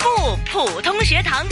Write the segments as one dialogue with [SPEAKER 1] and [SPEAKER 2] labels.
[SPEAKER 1] 普通学堂。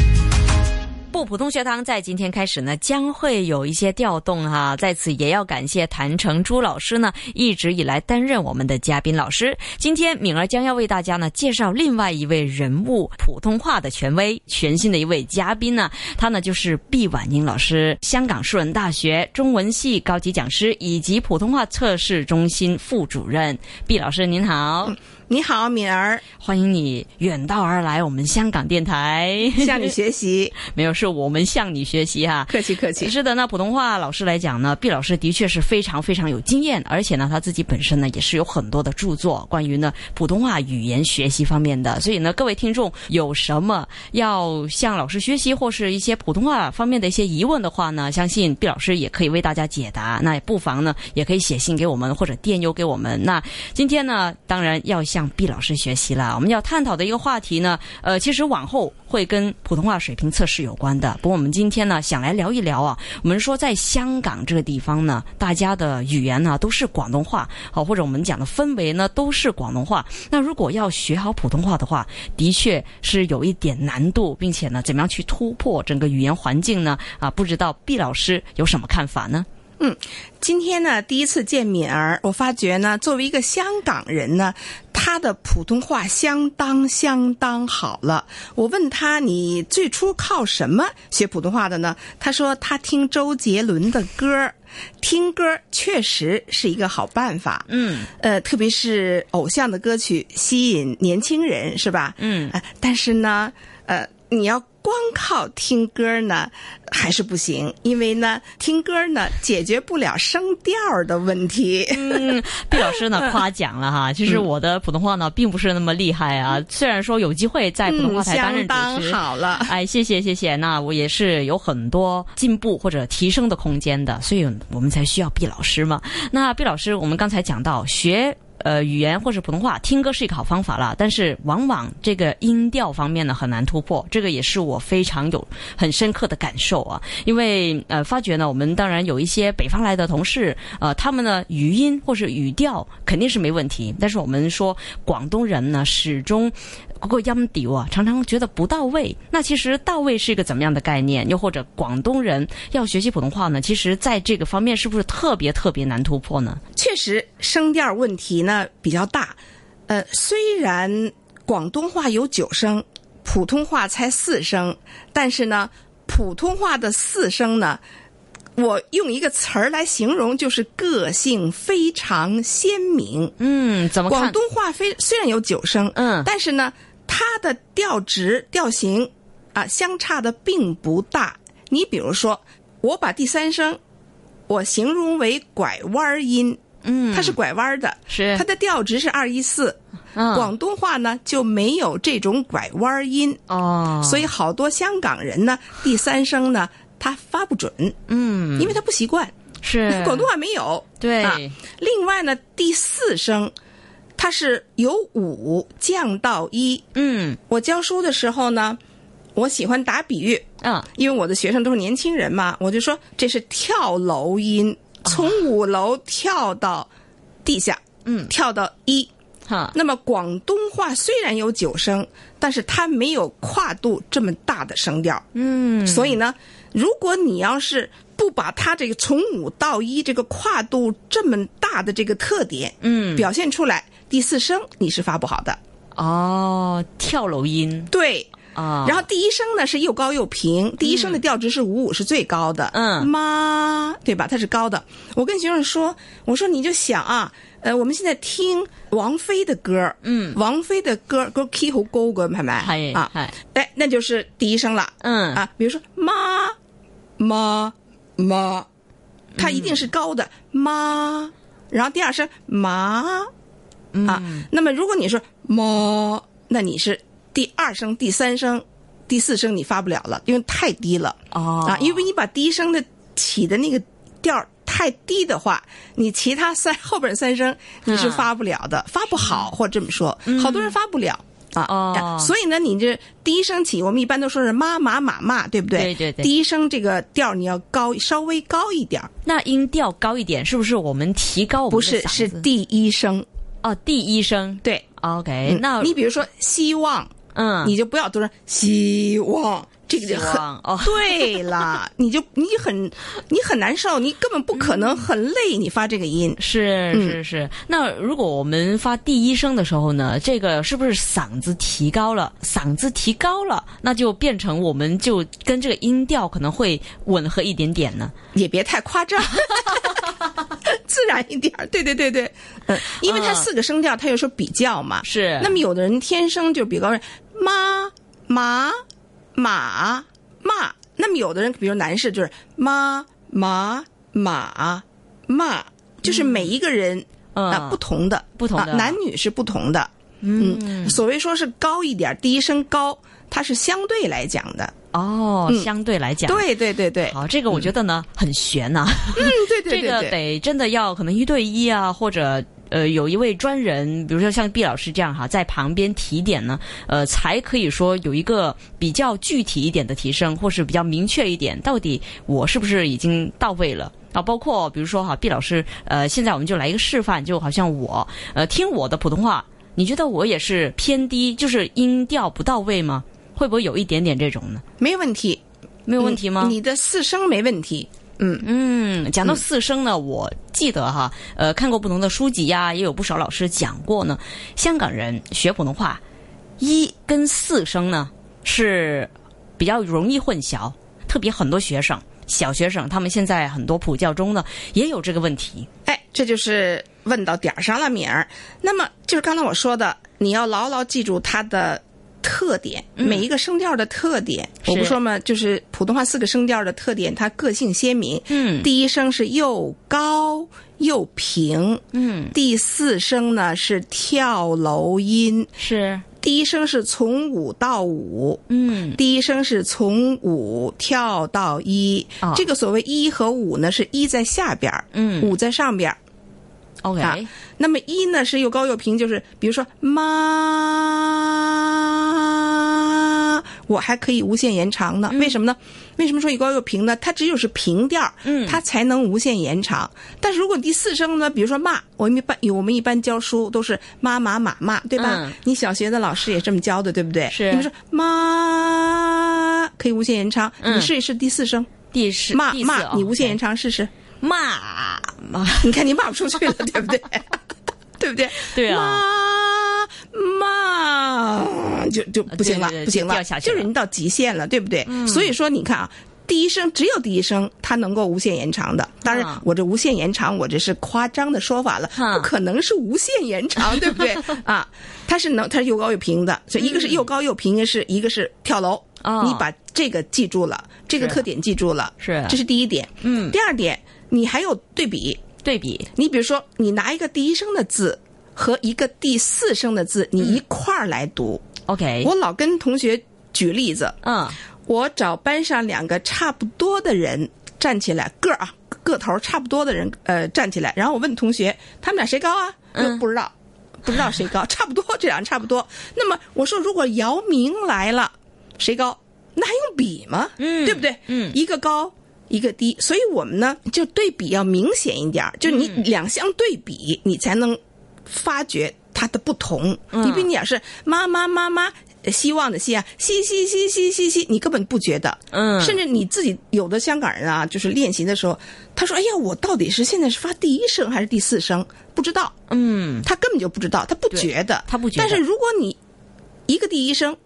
[SPEAKER 2] 不，普通学堂在今天开始呢，将会有一些调动哈、在此也要感谢谭成珠老师呢，一直以来担任我们的嘉宾老师。今天敏儿将要为大家呢介绍另外一位人物，普通话的权威，全新的一位嘉宾呢，他呢就是毕婉英老师，香港树人大学中文系高级讲师以及普通话测试中心副主任。毕老师您好，
[SPEAKER 3] 你好，敏儿，
[SPEAKER 2] 欢迎你远道而来我们香港电台。
[SPEAKER 3] 向你学习，
[SPEAKER 2] 没有，是我们向你学习哈、
[SPEAKER 3] 客气客
[SPEAKER 2] 其
[SPEAKER 3] 气。
[SPEAKER 2] 实的，那普通话老师来讲呢，毕老师的确是非常非常有经验，而且呢，他自己本身呢也是有很多的著作关于呢普通话语言学习方面的。所以呢，各位听众有什么要向老师学习或是一些普通话方面的一些疑问的话呢，相信毕老师也可以为大家解答。那也不妨呢，也可以写信给我们或者电邮给我们。那今天呢，当然要向毕老师学习了。我们要探讨的一个话题呢，呃，其实往后会跟普通话水平测试有关的。不过我们今天呢，想来聊一聊啊，我们说在香港这个地方呢，大家的语言呢、都是广东话，好、或者我们讲的氛围呢都是广东话。那如果要学好普通话的话，的确是有一点难度，并且呢，怎么样去突破整个语言环境呢？啊，不知道毕老师有什么看法呢？
[SPEAKER 3] 今天呢，第一次见敏儿，我发觉呢，作为一个香港人呢，他的普通话相当相当好了。我问他，你最初靠什么学普通话的呢？他说他听周杰伦的歌儿。听歌儿确实是一个好办法，
[SPEAKER 2] 嗯，
[SPEAKER 3] 呃，特别是偶像的歌曲吸引年轻人，是吧？
[SPEAKER 2] 嗯
[SPEAKER 3] 呃但是呢，呃，你要光靠听歌儿呢，还是不行，因为呢，听歌儿呢解决不了声调儿的问题。
[SPEAKER 2] 嗯，毕老师 呢夸奖了哈，其实
[SPEAKER 3] 嗯
[SPEAKER 2] 我的普通话呢并不是那么厉害啊，虽然说有机会在普通话台担任主
[SPEAKER 3] 相当
[SPEAKER 2] 持，
[SPEAKER 3] 好了。
[SPEAKER 2] 哎，谢谢谢谢，那我也是有很多进步或者提升的空间的，所以我们才需要毕老师嘛。那毕老师，我们刚才讲到学。呃，语言或是普通话，听歌是一个好方法啦。但是往往这个音调方面呢很难突破，这个也是我非常有很深刻的感受啊。因为呃，发觉呢，我们当然有一些北方来的同事，呃，他们呢语音或是语调肯定是没问题，但是我们说广东人呢，始终不过音调啊，常常觉得不到位。那其实到位是一个怎么样的概念？又或者广东人要学习普通话呢？其实在这个方面是不是特别特别难突破呢？
[SPEAKER 3] 确实，声调问题呢比较大。呃，虽然广东话有九声，普通话才四声，但是呢，普通话的四声呢，我用一个词儿来形容，就是个性非常鲜明。
[SPEAKER 2] 嗯，怎么看？
[SPEAKER 3] 广东话非虽然有九声，
[SPEAKER 2] 嗯
[SPEAKER 3] 但是呢，它的调值调型啊相差的并不大。你比如说，我把第三声我形容为拐弯儿音，
[SPEAKER 2] 嗯，
[SPEAKER 3] 它是拐弯儿的，
[SPEAKER 2] 是
[SPEAKER 3] 它的调值是二一四。
[SPEAKER 2] 嗯
[SPEAKER 3] 广东话呢就没有这种拐弯儿音，
[SPEAKER 2] 哦，
[SPEAKER 3] 所以好多香港人呢，第三声呢他发不准，
[SPEAKER 2] 嗯
[SPEAKER 3] 因为他不习惯。
[SPEAKER 2] 是
[SPEAKER 3] 广东话没有。
[SPEAKER 2] 对
[SPEAKER 3] 啊，另外呢，第四声它是由五降到一。
[SPEAKER 2] 嗯
[SPEAKER 3] 我教书的时候呢，我喜欢打比喻，
[SPEAKER 2] 嗯
[SPEAKER 3] 因为我的学生都是年轻人嘛，我就说这是跳楼音，从五楼跳到地下，
[SPEAKER 2] 嗯
[SPEAKER 3] 跳到一。
[SPEAKER 2] 哈
[SPEAKER 3] 那么广东话虽然有九声，但是它没有跨度这么大的声调。
[SPEAKER 2] 嗯
[SPEAKER 3] 所以呢，如果你要是不把它这个从五到一这个跨度这么大的这个特点，
[SPEAKER 2] 嗯
[SPEAKER 3] 表现出来，第四声你是发不好的。
[SPEAKER 2] 哦，跳楼音
[SPEAKER 3] 对，
[SPEAKER 2] 啊，
[SPEAKER 3] 然后第一声呢是又高又平，第一声的调值是五五是最高的，
[SPEAKER 2] 嗯
[SPEAKER 3] 妈，对吧？它是高的。我跟学生说，我说你就想啊，呃，我们现在听王菲的歌，
[SPEAKER 2] 嗯，
[SPEAKER 3] 王菲的歌歌 key 好高嘅，系咪？
[SPEAKER 2] 系
[SPEAKER 3] 啊，
[SPEAKER 2] 系
[SPEAKER 3] 哎，那就是第一声了。
[SPEAKER 2] 嗯
[SPEAKER 3] 啊，比如说妈妈妈，它一定是高的妈，然后第二声麻啊。那么如果你是妈，那你是第二声、第三声、第四声你发不了了，因为太低了
[SPEAKER 2] 哦
[SPEAKER 3] 啊。因为你把第一声的起的那个调儿太低的话，你其他三后边三声你是
[SPEAKER 2] 嗯
[SPEAKER 3] 发不了的，发不好，或者这么说，好多人发不了。啊，
[SPEAKER 2] 哦
[SPEAKER 3] 所以呢，你这第一声起，我们一般都说是妈妈妈妈，对不对？
[SPEAKER 2] 对对对
[SPEAKER 3] 第一声这个调儿你要高，稍微高一点儿，
[SPEAKER 2] 那音调高一点，是不是我们提高我们
[SPEAKER 3] 不
[SPEAKER 2] 的
[SPEAKER 3] 是
[SPEAKER 2] 嗓
[SPEAKER 3] 是
[SPEAKER 2] 子
[SPEAKER 3] 第一声。
[SPEAKER 2] 哦第一声
[SPEAKER 3] 对，
[SPEAKER 2] 哎 OK，那
[SPEAKER 3] 你比如说希望，
[SPEAKER 2] 嗯
[SPEAKER 3] 嗯你就不要多说希望。这个就嗯
[SPEAKER 2] 希
[SPEAKER 3] 很
[SPEAKER 2] 望 哦
[SPEAKER 3] 对了，你就你很你很难受，你根本不可能很累，你发这个音，
[SPEAKER 2] 是
[SPEAKER 3] 嗯
[SPEAKER 2] 是是。那如果我们发第一声的时候呢，这个是不是嗓子提高了？嗓子提高了，那就变成我们就跟这个音调可能会吻合一点点呢？
[SPEAKER 3] 也别太夸张，自然一点儿。对对对对，嗯，因为它
[SPEAKER 2] 嗯哎
[SPEAKER 3] 四个声调，它有时候比较嘛。
[SPEAKER 2] 是
[SPEAKER 3] 那么有的人天生就比高人，妈麻马骂。那么有的人，比如男士就是妈麻马骂，就是每一个人
[SPEAKER 2] 嗯
[SPEAKER 3] 啊不同的，
[SPEAKER 2] 不同的
[SPEAKER 3] 啊男女是不同的。嗯，所谓说是高一点儿，第一声高，它是相对来讲的。
[SPEAKER 2] 哦，相对来讲，。
[SPEAKER 3] 嗯对嗯对对对，
[SPEAKER 2] 好，这个我觉得呢、很啊悬呐、
[SPEAKER 3] 嗯，对对
[SPEAKER 2] 这
[SPEAKER 3] 对对。
[SPEAKER 2] 个得真的要可能一对一啊，或者呃有一位专人，比如说像毕老师这样哈，在旁边提点呢，呃，才可以说有一个比较具体一点的提升，或是比较明确一点，到底我是不是已经到位了。啊，包括比如说哈，毕老师，呃，现在我们就来一个示范，就好像我，呃，听我的普通话，你觉得我也是偏低，就是音调不到位吗？会不会有一点点这种呢？
[SPEAKER 3] 没问题，
[SPEAKER 2] 没有问题吗？
[SPEAKER 3] 嗯你的四声没问题，嗯，
[SPEAKER 2] 嗯，讲到四声呢，我记得哈，呃，看过不同的书籍呀、也有不少老师讲过呢。香港人学普通话，一跟四声呢是比较容易混淆，特别很多学生，小学生他们现在很多普教中呢也有这个问题。
[SPEAKER 3] 哎，这就是问到点儿上了，敏儿。那么就是刚才我说的，你要牢牢记住它的特点，每一个声调的特点。
[SPEAKER 2] 嗯是
[SPEAKER 3] 我不说嘛，就是普通话四个声调的特点，它个性鲜明。
[SPEAKER 2] 嗯
[SPEAKER 3] 第一声是又高又平，
[SPEAKER 2] 嗯，
[SPEAKER 3] 第四声呢是跳楼音，
[SPEAKER 2] 是，
[SPEAKER 3] 第一声是从五到五，
[SPEAKER 2] 嗯
[SPEAKER 3] 第一声是从五跳到一、
[SPEAKER 2] 哦
[SPEAKER 3] 这个所谓一和五呢，是一在下边儿，
[SPEAKER 2] 嗯
[SPEAKER 3] 五在上边儿。
[SPEAKER 2] ，OK，、
[SPEAKER 3] 啊那么一呢是又高又平，就是比如说妈，我还可以无限延长呢。为什么呢？为什么说又高又平呢？它只有是平调，
[SPEAKER 2] 嗯
[SPEAKER 3] 它才能无限延长。但是如果第四声呢，比如说骂，我们一般我们一般教书都是妈妈妈妈，对吧？
[SPEAKER 2] 嗯
[SPEAKER 3] 你小学的老师也这么教的，对不对？
[SPEAKER 2] 是
[SPEAKER 3] 你们说妈可以无限延长，
[SPEAKER 2] 嗯
[SPEAKER 3] 你试一试第四声
[SPEAKER 2] 第十
[SPEAKER 3] 骂
[SPEAKER 2] 第四
[SPEAKER 3] 骂，
[SPEAKER 2] 哦
[SPEAKER 3] 你无限
[SPEAKER 2] OK
[SPEAKER 3] 延长试试。
[SPEAKER 2] 骂骂，
[SPEAKER 3] 你看你骂不出去了，对不对？对不对？
[SPEAKER 2] 对啊
[SPEAKER 3] 妈妈就就不行了，
[SPEAKER 2] 呃对对对
[SPEAKER 3] 不行
[SPEAKER 2] 就掉下去了嗯
[SPEAKER 3] 就是已经到极限了，对不对？所以说你看啊。第一声只有第一声，它能够无限延长的。当然
[SPEAKER 2] 嗯，
[SPEAKER 3] 我这无限延长，我这是夸张的说法了，
[SPEAKER 2] 嗯
[SPEAKER 3] 不可能是无限延长，对不 对？啊，它是能，它是又高又平的，所以一个是又高又平，一个是一个是跳楼。
[SPEAKER 2] 嗯哦
[SPEAKER 3] 你把这个记住了，这个
[SPEAKER 2] 是
[SPEAKER 3] 特点记住了，
[SPEAKER 2] 是
[SPEAKER 3] 这是第一点。
[SPEAKER 2] 嗯
[SPEAKER 3] 第二点，你还有对比，
[SPEAKER 2] 对比，
[SPEAKER 3] 你比如说，你拿一个第一声的字和一个第四声的字，你
[SPEAKER 2] 嗯
[SPEAKER 3] 一块儿来读。
[SPEAKER 2] ，OK，
[SPEAKER 3] 我老跟同学举例子，
[SPEAKER 2] 嗯
[SPEAKER 3] 我找班上两个差不多的人站起来，个儿啊个头差不多的人，呃，站起来，然后我问同学，他们俩谁高啊？
[SPEAKER 2] 嗯
[SPEAKER 3] 不知道，不知道谁高， 差不多，这俩人差不多。那么我说，如果姚明来了，谁高？那还用比吗？
[SPEAKER 2] 嗯
[SPEAKER 3] 对不对？
[SPEAKER 2] 嗯
[SPEAKER 3] 一个高。一个低，所以我们呢就对比要明显一点儿，就你
[SPEAKER 2] 嗯
[SPEAKER 3] 两相对比，你才能发觉它的不同。
[SPEAKER 2] 嗯
[SPEAKER 3] 你比你要是妈妈妈妈，呃希望的希啊，希希希希希希，你根本不觉得，
[SPEAKER 2] 嗯，
[SPEAKER 3] 甚至你自己有的香港人啊，就是练习的时候，他说：“哎呀，我到底是现在是发第一声还是第四声？不知道，
[SPEAKER 2] 嗯
[SPEAKER 3] 他根本就不知道，他不
[SPEAKER 2] 对
[SPEAKER 3] 觉得，
[SPEAKER 2] 他不觉
[SPEAKER 3] 但
[SPEAKER 2] 得
[SPEAKER 3] 是如果你一个第一声，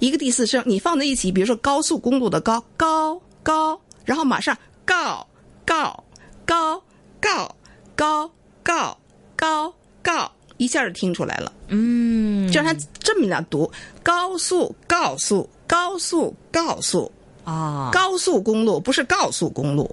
[SPEAKER 3] 一个第四声，你放在一起，比如说高速公路的高高高，然后马上告告高告高高高高，一下就听出来了。
[SPEAKER 2] 嗯，
[SPEAKER 3] 就让他这么样读：高速高速高速高速
[SPEAKER 2] 啊，
[SPEAKER 3] 高速公路，不是高速公路，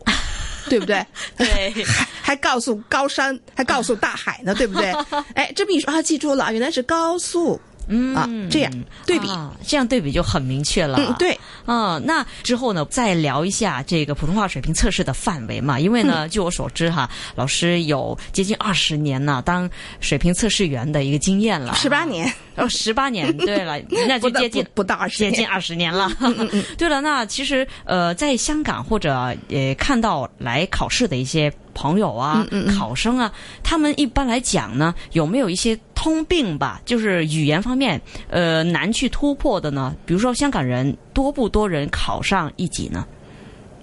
[SPEAKER 3] 对不对？
[SPEAKER 2] 对。
[SPEAKER 3] 还还告诉高山，还告诉大海呢，对不 对？哎，这么一说啊，记住了，原来是高速，嗯 啊，这样对比，
[SPEAKER 2] 啊这样对比就很明确了。
[SPEAKER 3] 嗯，，对，
[SPEAKER 2] 嗯，那之后呢，再聊一下这个普通话水平测试的范围嘛，因为
[SPEAKER 3] 嗯
[SPEAKER 2] 呢，据我所知哈，老师有接近二十年呢当水平测试员的一个经验了，
[SPEAKER 3] 十八年，
[SPEAKER 2] 哦，十八年，对了，那就
[SPEAKER 3] 不到
[SPEAKER 2] 接近
[SPEAKER 3] 不不到二十
[SPEAKER 2] 接近
[SPEAKER 3] 年，
[SPEAKER 2] 二十年了。
[SPEAKER 3] 嗯
[SPEAKER 2] 对了，那其实呃，在香港或者呃看到来考
[SPEAKER 3] 嗯
[SPEAKER 2] 试的一些朋友啊、考生啊，他们一般来讲呢，有没有一些通病吧，就是语言方面，呃，难去突破的呢？比如说香港人多不多人考上一级呢？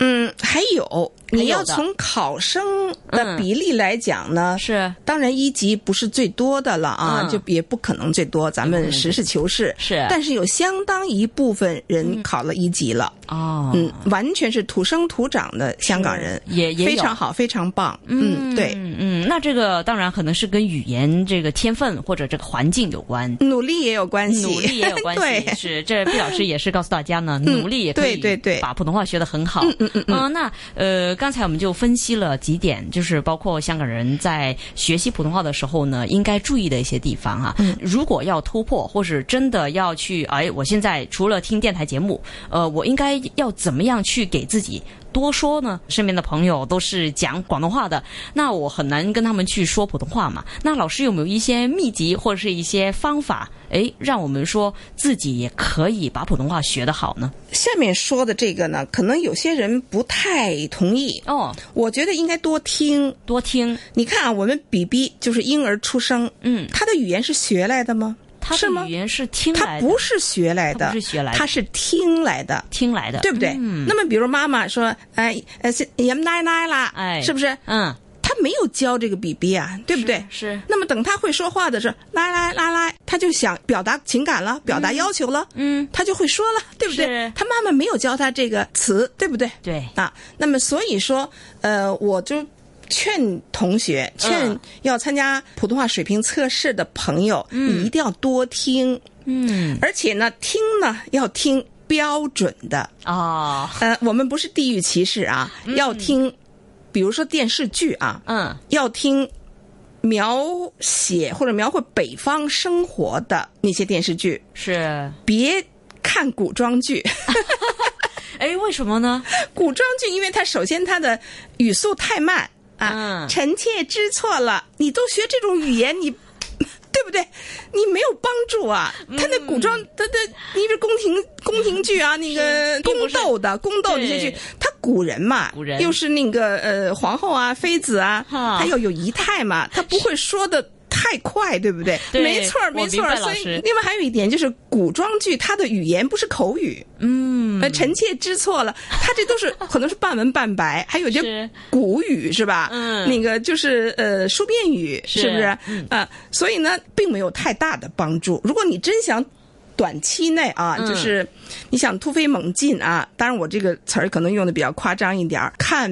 [SPEAKER 3] 嗯，还有，
[SPEAKER 2] 还
[SPEAKER 3] 你
[SPEAKER 2] 有
[SPEAKER 3] 要
[SPEAKER 2] 的
[SPEAKER 3] 从考生
[SPEAKER 2] 嗯
[SPEAKER 3] 的比例来讲呢，
[SPEAKER 2] 是
[SPEAKER 3] 当然一级不是最多的了啊，
[SPEAKER 2] 嗯
[SPEAKER 3] 就也不可能最多，咱
[SPEAKER 2] 也不可能
[SPEAKER 3] 们
[SPEAKER 2] 最
[SPEAKER 3] 实事求是。
[SPEAKER 2] 是，嗯
[SPEAKER 3] 但是有相当一部分人考了一级了，
[SPEAKER 2] 哦，嗯
[SPEAKER 3] 嗯，完全是土生土长的香港人，
[SPEAKER 2] 也也有
[SPEAKER 3] 非常好，非常棒，嗯，对，
[SPEAKER 2] 嗯嗯，那这个当然可能是跟语言这个天分或者这个环境有关。
[SPEAKER 3] 努力也有关系，
[SPEAKER 2] 努力也有关系，
[SPEAKER 3] 对
[SPEAKER 2] 是这毕老师也是告诉大家呢，努力也可以
[SPEAKER 3] 对对对
[SPEAKER 2] 把普通话学得很好。嗯嗯嗯那呃，刚才我们就分析了几点，就是包括香港人在学习普通话的时候呢，应该注意的一些地方哈、如果要突破，或是真的要去，哎，我现在除了听电台节目，呃，我应该要怎么样去给自己多说呢？身边的朋友都是讲广东话的，那我很难跟他们去说普通话嘛。那老师有没有一些秘籍或者是一些方法，诶，让我们说自己也可以把普通话学得好呢？
[SPEAKER 3] 下面说的这个呢，可能有些人不太同意，
[SPEAKER 2] 哦，
[SPEAKER 3] 我觉得应该多听。
[SPEAKER 2] 多听，
[SPEAKER 3] 你看啊，我们 BB 就是婴儿出生，
[SPEAKER 2] 嗯，
[SPEAKER 3] 他的语言是学来的吗？
[SPEAKER 2] 他
[SPEAKER 3] 是吗
[SPEAKER 2] 的语？言是听
[SPEAKER 3] 他
[SPEAKER 2] 来的，
[SPEAKER 3] 不是学来
[SPEAKER 2] 他
[SPEAKER 3] 的，
[SPEAKER 2] 不是学来的
[SPEAKER 3] 他是听来的。
[SPEAKER 2] 听来的，
[SPEAKER 3] 对不对？
[SPEAKER 2] 嗯，
[SPEAKER 3] 那么，比如妈妈说：“哎，呃，是爷们奶奶啦，
[SPEAKER 2] 哎
[SPEAKER 3] 是不是？”
[SPEAKER 2] 嗯，
[SPEAKER 3] 他没有教这个 BB 啊，对不对？
[SPEAKER 2] 是，
[SPEAKER 3] 那么等他会说话的时候，来来来来，他就想表达情感了，表达要求了，
[SPEAKER 2] 嗯，
[SPEAKER 3] 他就会说了，对不对
[SPEAKER 2] 是？
[SPEAKER 3] 他妈妈没有教他这个词，对不对？
[SPEAKER 2] 对，
[SPEAKER 3] 啊，那么所以说，呃，我就劝同学，劝
[SPEAKER 2] 嗯
[SPEAKER 3] 要参加普通话水平测试的朋友，你一定要多听，
[SPEAKER 2] 嗯，
[SPEAKER 3] 而且呢，听呢要听标准的，
[SPEAKER 2] 哦，
[SPEAKER 3] 呃，我们不是地域歧视啊，要听，比如说电视剧啊，
[SPEAKER 2] 嗯，
[SPEAKER 3] 要听。描写或者描绘北方生活的那些电视剧，
[SPEAKER 2] 是，
[SPEAKER 3] 别看古装剧。
[SPEAKER 2] 诶，哎为什么呢？
[SPEAKER 3] 古装剧，因为它首先它的语速太慢啊，
[SPEAKER 2] 嗯
[SPEAKER 3] 臣妾知错了，你都学这种语言，你 对不对？你没有帮助啊！
[SPEAKER 2] 嗯
[SPEAKER 3] 他那古装，他的你是宫廷宫廷剧啊，那个
[SPEAKER 2] 并不
[SPEAKER 3] 宫
[SPEAKER 2] 是
[SPEAKER 3] 斗的宫斗那些剧
[SPEAKER 2] 对，
[SPEAKER 3] 他古人嘛，
[SPEAKER 2] 古人
[SPEAKER 3] 又是那个呃皇后啊、妃子啊，
[SPEAKER 2] 哈
[SPEAKER 3] 他要有仪态嘛，他不会说的。太快，对不对？
[SPEAKER 2] 对
[SPEAKER 3] 没错儿，
[SPEAKER 2] 我
[SPEAKER 3] 没错
[SPEAKER 2] 明白
[SPEAKER 3] 儿。
[SPEAKER 2] 老
[SPEAKER 3] 所以，
[SPEAKER 2] 师
[SPEAKER 3] 另外还有一点就是，古装剧它的语言不是口语，
[SPEAKER 2] 嗯，
[SPEAKER 3] 呃，臣妾知错 了，他这都是可能是半文半白，还有
[SPEAKER 2] 是
[SPEAKER 3] 些古语是吧？
[SPEAKER 2] 嗯
[SPEAKER 3] 那个就是呃书面语
[SPEAKER 2] 是
[SPEAKER 3] 是不是？啊、所以呢，并没有太大的帮助。如果你真想。短期内啊，
[SPEAKER 2] 嗯
[SPEAKER 3] 就是你想突飞猛进啊，当然我这个词儿可能用的比较夸张一点儿。看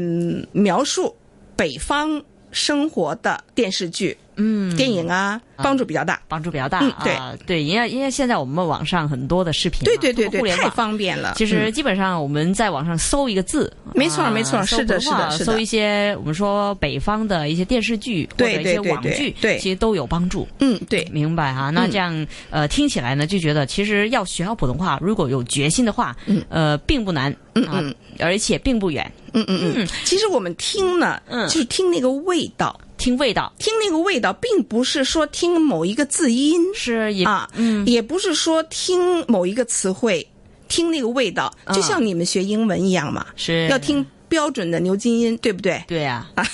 [SPEAKER 3] 描述北方生活的电视剧、
[SPEAKER 2] 嗯。
[SPEAKER 3] 电影啊，帮助比较大。
[SPEAKER 2] 帮助比较大、
[SPEAKER 3] 嗯对
[SPEAKER 2] 啊，对，因为因为现在我们网上很多的视频嘛，
[SPEAKER 3] 对对对
[SPEAKER 2] 通过互
[SPEAKER 3] 对，
[SPEAKER 2] 联
[SPEAKER 3] 太
[SPEAKER 2] 网
[SPEAKER 3] 方便了。
[SPEAKER 2] 其实
[SPEAKER 3] 嗯
[SPEAKER 2] 基本上我们在网上搜一个字，
[SPEAKER 3] 没错
[SPEAKER 2] 啊
[SPEAKER 3] 没错
[SPEAKER 2] 搜
[SPEAKER 3] 是的
[SPEAKER 2] 普通话
[SPEAKER 3] 是的是的
[SPEAKER 2] 搜一些我们说北方的一些电视剧或者
[SPEAKER 3] 对
[SPEAKER 2] 一
[SPEAKER 3] 对
[SPEAKER 2] 些
[SPEAKER 3] 对
[SPEAKER 2] 网
[SPEAKER 3] 对
[SPEAKER 2] 剧，
[SPEAKER 3] 对
[SPEAKER 2] 其实都有帮助。
[SPEAKER 3] 嗯，对，
[SPEAKER 2] 明白哈、那这样、呃听起来呢，就觉得其实要学好普通话，如果有决心的话，嗯、呃，并不难，嗯嗯、而且并不远，
[SPEAKER 3] 嗯嗯嗯，其实我们听呢，
[SPEAKER 2] 嗯
[SPEAKER 3] 就是听那个味道，
[SPEAKER 2] 听味道
[SPEAKER 3] 听那个味道，并不是说听某一个字音
[SPEAKER 2] 是也、
[SPEAKER 3] 啊，也不是说听某一个词汇，听那个味道，
[SPEAKER 2] 嗯
[SPEAKER 3] 就像你们学英文一样嘛，
[SPEAKER 2] 是
[SPEAKER 3] 要听标准的牛津音，对不对？
[SPEAKER 2] 对啊，
[SPEAKER 3] 啊，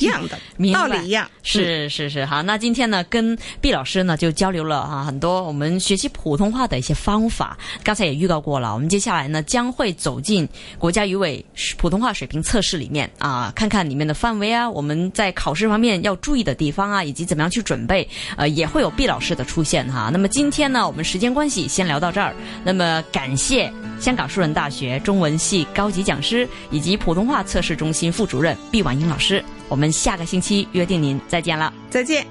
[SPEAKER 3] 一样的
[SPEAKER 2] 明白
[SPEAKER 3] 道理一样，
[SPEAKER 2] 是是是，好，那今天呢，跟毕老师呢就交流了哈、很多我们学习普通话的一些方法。刚才也预告过了，我们接下来呢将会走进国家语委普通话水平测试里面啊，看看里面的范围啊，我们在考试方面要注意的地方啊，以及怎么样去准备，呃，也会有毕老师的出现哈、那么今天呢，我们时间关系先聊到这儿。那么感谢香港树人大学中文系高级讲师以及普通话测试中心副主任毕婉英老师。我们下个星期约定您再见了。
[SPEAKER 3] 嗯再见。